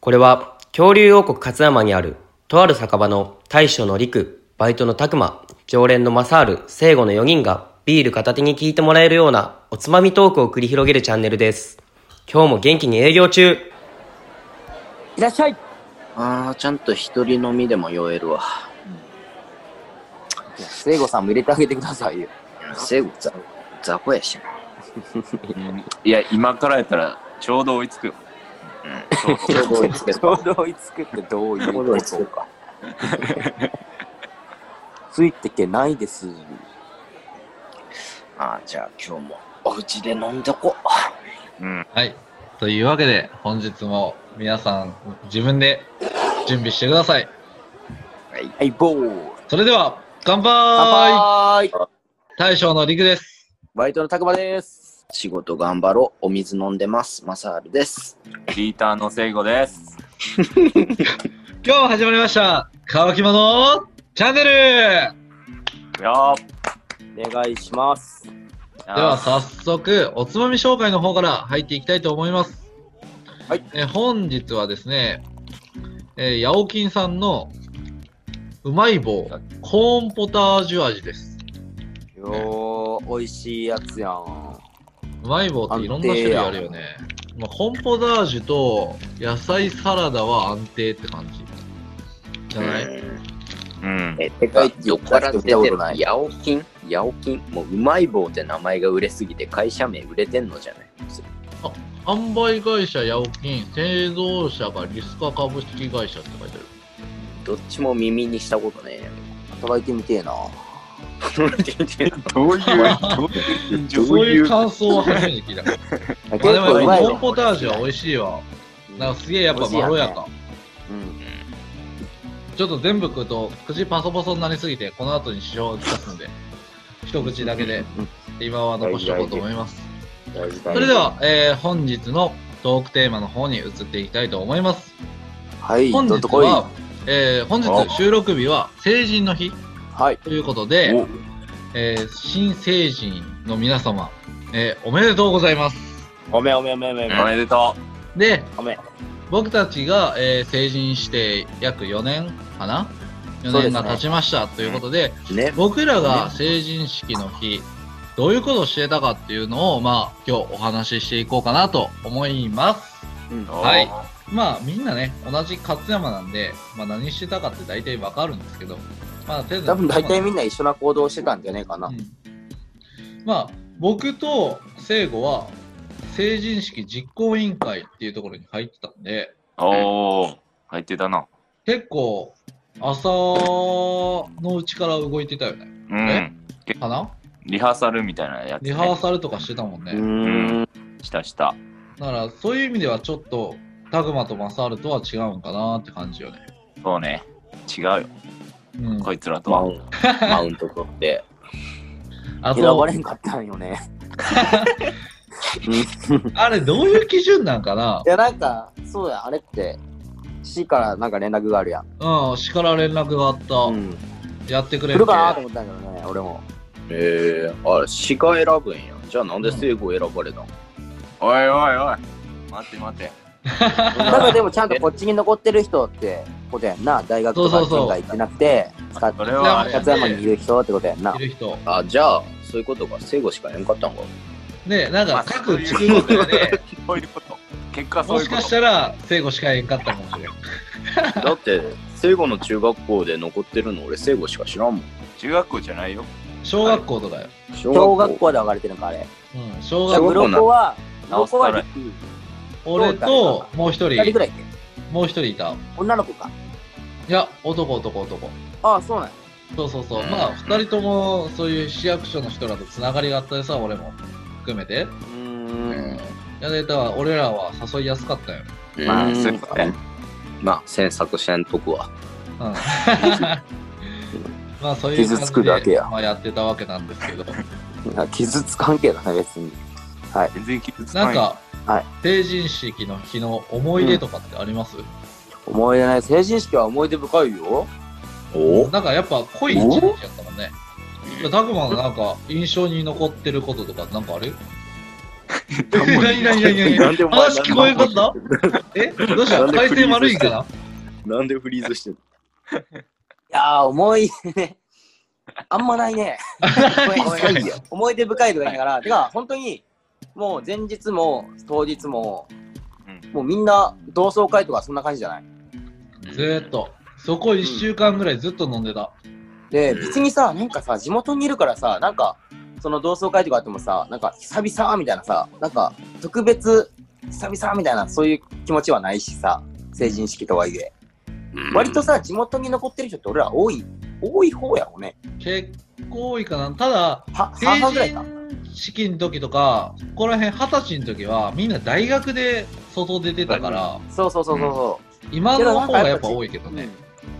これは恐竜王国勝山にあるとある酒場の大将の陸、バイトの拓馬、常連のマサール、聖護の4人がビール片手に聞いてもらえるようなおつまみトークを繰り広げるチャンネルです。今日も元気に営業中いらっしゃいああ、ちゃんと一人飲みでも酔えるわ。聖子さんも入れてあげてくださいよ。セグザ、ザコやしな。いや、今からやったらちょうど追いつくよ。ちょうど追いつけちた。ょうど追いつくってどういうちょうこど追いとつけた。ついてけないです。ああ、じゃあ今日もお家で飲んどこ。うん。はい。というわけで、本日も皆さん、自分で準備してください。はい、ボー。それでは、乾乾杯杯大将の陸です。バイトのたくまです。仕事頑張ろう。お水飲んでます。マサールです。 リーターの聖子です。今日も始まりました、乾き物チャンネルいやーお願いします。では、早速、おつまみ紹介の方から入っていきたいと思います。はい。え本日はですね、えー、ヤオキンさんのうまい棒、コーンポタージュ味です。よー、美味しいやつやん。うまい棒っていろんな種類あるよね。まあ、コンポタージュと野菜サラダは安定って感じ。じゃない、うんうん。え、てか、酔っ払って見たこてとないヤオキンヤオキンもううまい棒って名前が売れすぎて会社名売れてんのじゃない販売会社ヤオキン、製造者がリスカ株式会社って書いてある。どっちも耳にしたことねえやん。働いてみてえな。どういう、どういう、そういう感想は初めて聞いた。結 まあ構でもうやっまぱいコーンよ。ポタージュは美味しいわ。なんかすげえやっぱまろやか。うん。ちょっと全部食うと口パソパソになりすぎて、この後に支障がきたすので、一口だけでうん今は残しておこうと思います。大事だそれでは、えー本日のトークテーマの方に移っていきたいと思います。はい、本どん日とこい。は、えー本日収録日は成人の日はい。ということで、えー新成人の皆様、えーおめでとうございます。おめおめおめおめおおめ。めでとでおめ、僕たちが、えー成人して約4年かなそう ?4 で年すねが経ちましたということで、ね。僕らが成人式の日、どういうことをしてたかっていうのを、まあ、今日お話ししていこうかなと思います。う。はい。まあ、みんなね、同じ勝山なんで、まあ、何してたかって大体わかるんですけど、まあ、とりあえず多分大体みんな一緒な行動してたんじゃねえかなう。んまあ、僕と聖子は、成人式実行委員会っていうところに入ってたんで、おー。入ってたな。結構、朝のうちから動いてたよね。うん。かなリハーサルみたいなやつ、ね。リハーサルとかしてたもんね。うーん。したした。だから、そういう意味ではちょっと、タグマとマサールとは違うんかなって感じよね。そうね。違うよ。うん。こいつらとマは。ウント、マウント取って。あ選ばれと、んかったんよね。あれ、どういう基準なんかないや、なんか、そうや、あれって、市からなんか連絡があるやん。うん、市から連絡があった。ん。やってくれ来るるってかなと思ったんだけどね、俺 も。ええあ、詩が選ぶんや。じゃあなんで聖子選ばれたのおいおいおい。待って待って。多分でもちゃんとこっちに残ってる人ってことやんな。大学とそかうそうそう県外行ってなくて、使っそれはあれや勝山にいる人ってことやんな。いる人。あ、じゃあ、そういうことか。聖子しかやんかった んか。で、なんまかあ各地区ごとで、そういうこと。結果 そうもいうしこかと。したら、聖子しかえんかったかもしれん。だって、聖子の中学校で残ってるの俺聖子しか知らんもん。中学校じゃないよ。小学校とかよ。小小学校で分かれてるんか、あれ。うん、小じゃあ、学校。グロコは、グロコはなおさら俺と、もう一2人ぐ人、らいやっけもう一人いた。女の子か。いや、男、男、男。ああ、そうなんや。そうそうそう。うんまあ、二人とも、そういう市役所の人らとつながりがあったでさ、俺も含めて。うーん。やでたら、俺らは誘いやすかったよ。うんまあ、そういうことね。まあ、詮索せんとくわ。うん。 まあ、そういう傷感つじくだけで、やまあ、やってたわけなんですけど。いや傷つかんけどね、別に。全然傷つかななんい。か、はい成人式の日の思い出とかってあります、思い出ない。成人式は思い出深いよ。おなんかやっぱ濃い一日やったもんね。タグマのなんか印象に残ってることとかなんかある何何何何なんでお前話聞こえんかったえどうしたなんで回フリーズして線悪いからなんでフリーズしてんのやー、思い出ね。あんまない ね。ごめんごめん思い出深いとか言いながら、てか、本当に、もう前日も当日も、もうみんな同窓会とかそんな感じじゃないずーっと。そこ1週間ぐらいずっと飲んでた。で、別にさ、なんかさ、地元にいるからさ、なんか、その同窓会とかあってもさ、なんか、久々みたいなさ、なんか、特別、久々みたいな、そういう気持ちはないしさ、成人式とはいえ。割とさ、地元に残ってる人って俺ら多い、多い方やろね。結構多いかな。ただ、は、半成々ぐらいか。人式の時とか、ここら辺二十歳の時はみんな大学で外出てたから、そうそうそうそうそう。今の方がやっぱ多いけどね。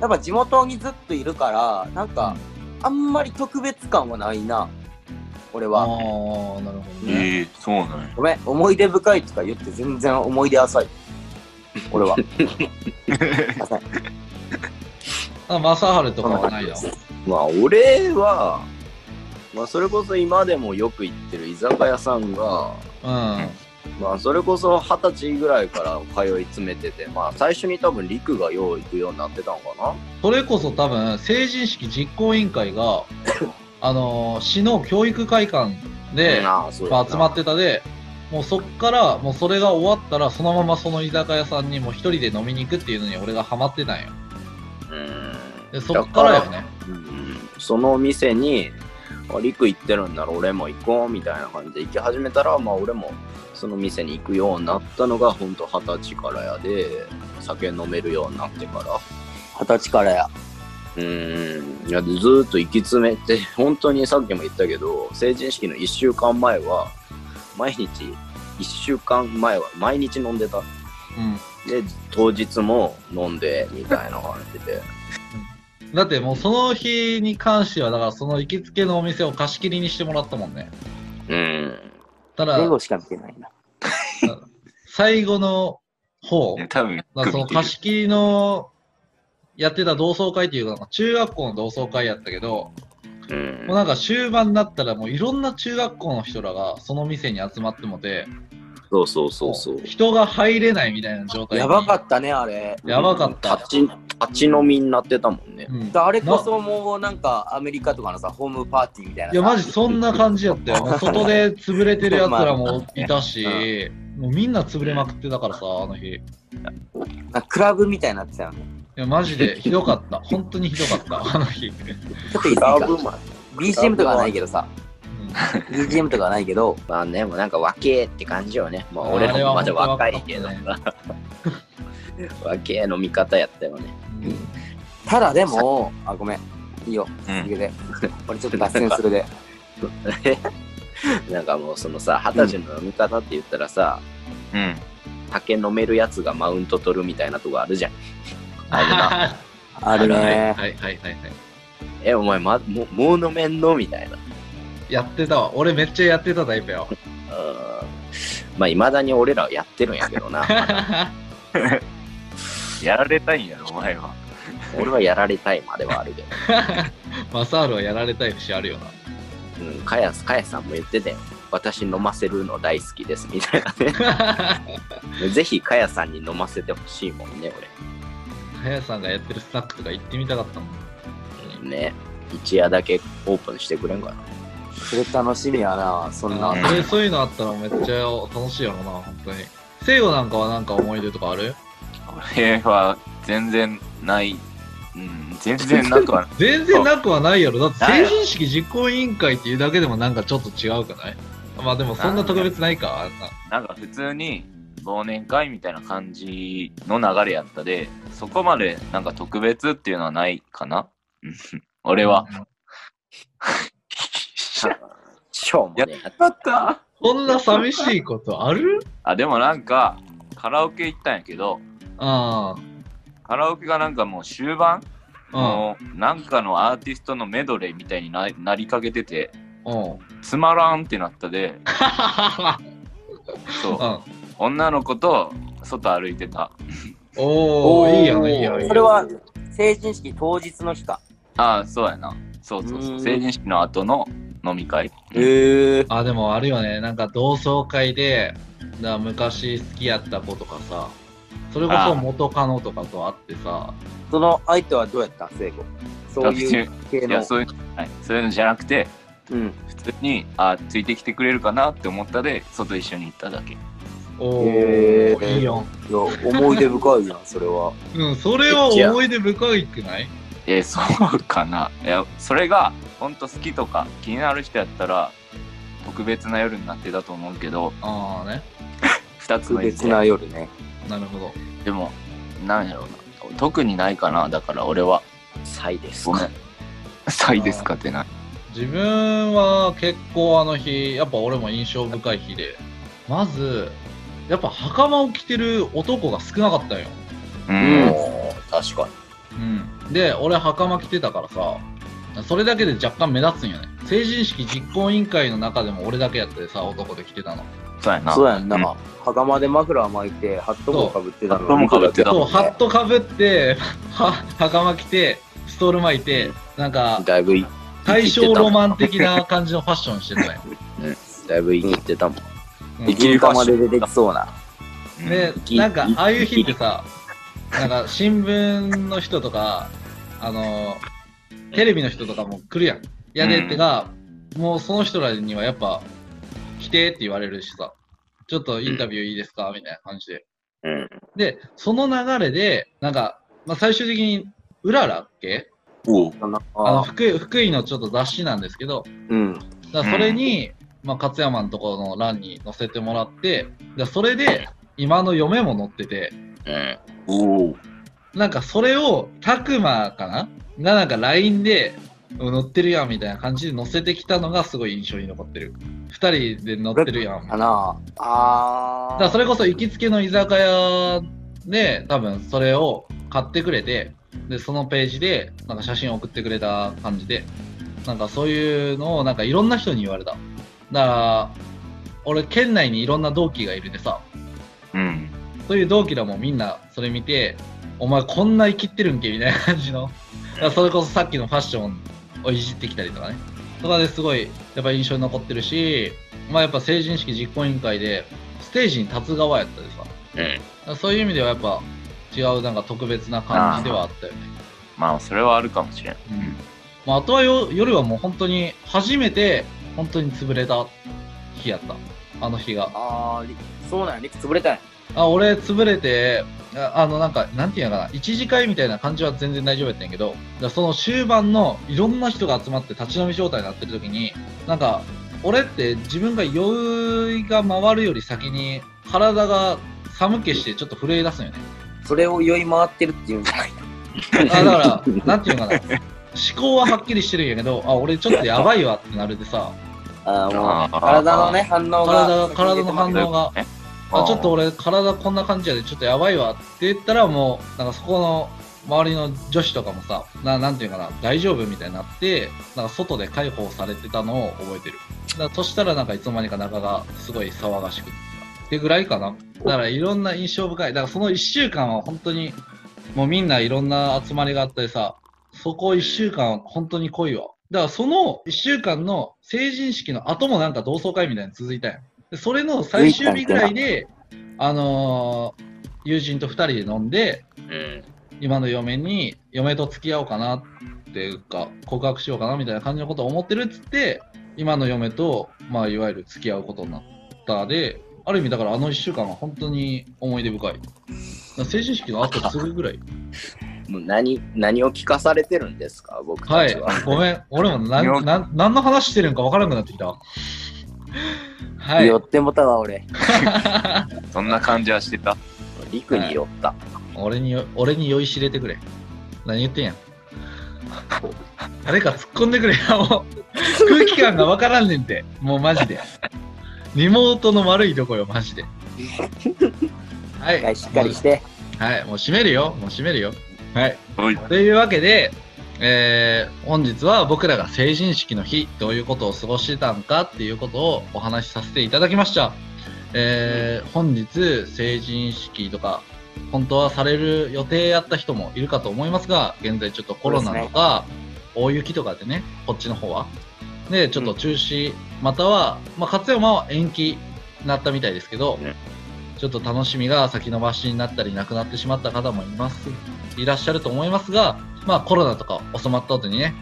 やっぱ地元にずっといるから、なんか、あんまり特別感はないな、俺ああは。ー、なるほどね。ええそうなんやごめん、思い出深いとか言って全然思い出浅い。俺は。あ、正治とかはないよ。まあ俺は、まあそれこそ今でもよく行ってる居酒屋さんが、うまあそれこそ二十歳ぐらいから通い詰めてて、まあ最初に多分陸がよう行くようになってたのかな。ん。それこそ多分、成人式実行委員会 が、あのー、市の教育会館で、ああ、そうやまなあ集まってたで、もうそっから、もうそれが終わったら、そのままその居酒屋さんにもう一人で飲みに行くっていうのに俺がハマってたんよ。うんで、そっからよね。うんその店に、あ陸行ってるんなら俺も行こうみたいな感じで行き始めたら、まあ俺もその店に行くようになったのが本当二十歳からやで、酒飲めるようになってから。 二十歳からや。うん、いやでずーっと行き詰めて、本当にさっきも言ったけど、成人式の1週間前は、毎日、1週間前は毎日飲んでた。で、当日も飲んで、みたいな感じで。うん。だってもうその日に関しては、だからその行きつけのお店を貸し切りにしてもらったもんね。うん。ただレ、ゴしか見てないな。最後の方、いや多分よだかくらそ見のてる貸し切りのやってた同窓会っていうか、中学校の同窓会やったけど、うんもうなんか終盤になったら、もういろんな中学校の人らがその店に集まってもて、そうそうそうそう。人が入れないみたいな状態にやばかったね、あれ。やばかった立ち、立ち飲みになってたもんね。うんあれこそもうなんかアメリカとかのさ、ホームパーティーみたいなさ。いや、マジそんな感じやったよ。もう外で潰れてる奴らもいたし、もうみんな潰れまくってたからさ、あの日。いなんかクラブみたいになってたよね。や、マジでひどかった。本当にひどかった、あの日。ちょっといいクかラブマン。 BGM とかはないけどさ。BGM とかはないけど、まあね、もうなんか若えって感じよね。まあうん俺らあれはもま本だ当若いけど若、かっ 若え飲み方やったよね。たねうんただでも、あ、ごめん。いいよ。う続んけて。俺ちょっと脱線するで。なんかもうそのさ、二十歳の飲み方って言ったらさ、うん酒飲めるやつがマウント取るみたいなとこあるじゃん。あるな。 はあるいはいね。はいはいはい。え、お前、ま、もうもう飲めんのみたいな。やってたわ。俺めっちゃやってたタイプよ。うんまあ、いまだに俺らはやってるんやけど な。やられたいんやろお前は俺はやられたいまではあるけど。マサールはやられたい節あるよな。うん、かや、かやさんも言ってたよ。私飲ませるの大好きです、みたいなね。ぜひ、かやさんに飲ませてほしいもんね、はやさんがやってるスナックとか行ってみたかったもん。俺。ね。一夜だけオープンしてくれんかな。それ楽しみやな、そんな。それそういうのあったらめっちゃ楽しいやろな、本当に。せいごなんかはなんか思い出とかある俺は全然ないうん全然な くはない全然なくはないやろ。だってない成人式実行委員会っていうだけでもなんかちょっと違うくないまあでもそんな特別ないか。あんななんか普通に忘年会みたいな感じの流れやったでそこまでなんか特別っていうのはないかなうん俺は。しょうもねえ。だったこんな寂しいことあるあでもなんかカラオケ行ったんやけどあカラオケがなんかもう終盤 あ、もうなんかのアーティストのメドレーみたいにななりかけててうん、うん。うん。つまらんってなったでそう女の子と外歩いてたおー、いいやん、いいやん。いいやんそれは成人式当日の日か。ああそうやなそうそうそううん成人式の後の飲み会。へえ。あ、でもあるよね。なんか同窓会で、だ昔好きやった子とかさ、それこそ元カノとかと会ってさ、その相手はどうやったん聖子。そういう系いやの。そういうの、はい、そういうのじゃなくて、うん。普通に、あ、ついてきてくれるかなって思ったで、外一緒に行っただけ。おへー、ーいいよ。いや、思い出深いやん、それは。うん、それは思い出深いくないえーそうかないやそれが本当好きとか気になる人やったら特別な夜になってたと思うけどああね。 2つ特の意別見な夜ね。なるほど。でもなんやろうな特にないかなだから俺はサイですごめん才ですかってな自分は結構あの日、やっぱ俺も印象深い日で、まず、やっぱ袴を着てる男が少なかったんよ。ううんん、確かうん。で、俺袴着てたからさ、それだけで若干目立つんよね。成人式実行委員会の中でも俺だけやってさ、男で着てたの。そうやなそうやんな。うん袴でマフラー巻いて、ハットもかぶってたの。ハットも被ってたそう、ハッねトかぶって、 は、袴着て、ストール巻いて、なんかに。、だいぶい、対象ロマン的な感じのファッションしてたんよ。だいぶ生きてたもん。うん生きる釜で出てきそうな。うんで、なんか、ああいう日ってさ、なんか、新聞の人とか、あの、テレビの人とかも来るやん。やでってが、もうその人らにはやっぱ、来てって言われるしさ、ちょっとインタビューいいですかみたいな感じで。うん。で、その流れで、なんか、まあ、最終的に、うららっけおうあのあの福井、福井のちょっと雑誌なんですけど、うん。だからそれに、まあ、勝山のところの欄に載せてもらって、だからそれで、今の嫁も載ってて、うん。おうなんかそれを、たくまかながなんか LINE で、乗ってるやんみたいな感じで乗せてきたのがすごい印象に残ってる。二人で乗ってるやん。かだかなあらそれれこそ行きつけの居酒屋で多分それを買ってくれて、で、そのページでなんか写真送ってくれた感じで、なんかそういうのをなんかいろんな人に言われた。だから、俺県内にいろんな同期がいるでさ、うんそういう同期らもみんなそれ見て、お前こんな生きってるんけみたいな感じの。だからそれこそさっきのファッションをいじってきたりとかね。とかですごい、やっぱ印象に残ってるし、まあやっぱ成人式実行委員会で、ステージに立つ側やったでさ。だからそういう意味ではやっぱ違うなんか特別な感じではあったよね。まあそれはあるかもしれんうん。まああとはよ夜はもう本当に初めて本当に潰れた日やった。あの日が。あーりそうなんやね潰れたんやあ俺、潰れて、ああの、なんか、なんていうのかな、一次会みたいな感じは全然大丈夫やったんやけど、だからその終盤のいろんな人が集まって立ち飲み状態になってる時に、なんか、俺って自分が酔いが回るより先に体が寒気してちょっと震え出すんよね。それを酔い回ってるっていうんじゃないあだから、なんていうのかな、思考ははっきりしてるんやけど、あ、俺ちょっとやばいわってなるでさ、あーもあーう体のね反応が体が体の反応応が、あちょっと俺俺体こんな感じやでちょっとやばいわって言ったらもうなんかそこの周りの女子とかもさななんていうかな大丈夫みたいになってなんか外で解放されてたのを覚えてるだからそしたらなんかいつの間にか中がすごい騒がしくなったってぐらいかなだからいろんな印象深いだからその1週間は本当にもうみんないろんな集まりがあってさそこ1週間本当に濃いわだからその1週間の成人式の後もなんか同窓会みたいに続いたんやでそれの最終日ぐらいであのー友人と2人で飲んで、うん。今の嫁に、嫁と付き合おうかなっていうか、告白しようかなみたいな感じのことを思ってるっつって、今の嫁と、まあ、いわゆる付き合うことになったで、ある意味だからあの1週間は本当に思い出深い。だから成人式の後すぐぐらい。もう何、何を聞かされてるんですか僕はたいちは。、ごめん、俺もないやんなん何の話してるんか分からなくなってきた。はい。酔ってもたわ俺そんな感じはしてたリクに寄った。俺によ、俺に酔いしれてくれ。何言ってんやん。誰か突っ込んでくれよ、もう。空気感がわからんねんて。もうマジで。リモートの悪いとこよ、マジで。はい。しっかりしてはい、もう閉めるよ。もう閉めるよ。はい。おいというわけで、えー本日は僕らが成人式の日、どういうことを過ごしてたのかっていうことをお話しさせていただきました。えー本日、成人式とか、本当はされる予定やった人もいるかと思いますが、現在ちょっとコロナとか、大雪とかでね、こっちの方は、で、ちょっと中止、または、まあ、勝山は延期になったみたいですけど、ねちょっと楽しみが先延ばしになったり、なくなってしまった方もいます、いらっしゃると思いますが、まあ、コロナとか収まった後にね、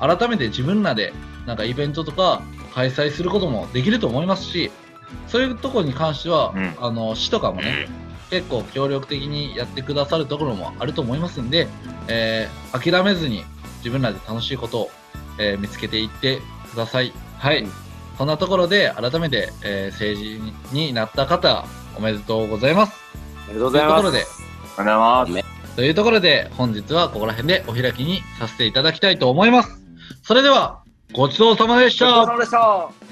改めて自分らで、なんかイベントとか開催することもできると思いますし、そういうところに関しては、うんあの、市とかもね、結構協力的にやってくださるところもあると思いますんで、えー諦めずに自分らで楽しいことを、えー見つけていってください。はい。そんなところで改めて、えー成人になった方、おめでとうございます。りがとうございます。ということでおはようございます。というところで、本日はここら辺でお開きにさせていただきたいと思います。それでは、ごちそうさまでしごちそうたさ。までした。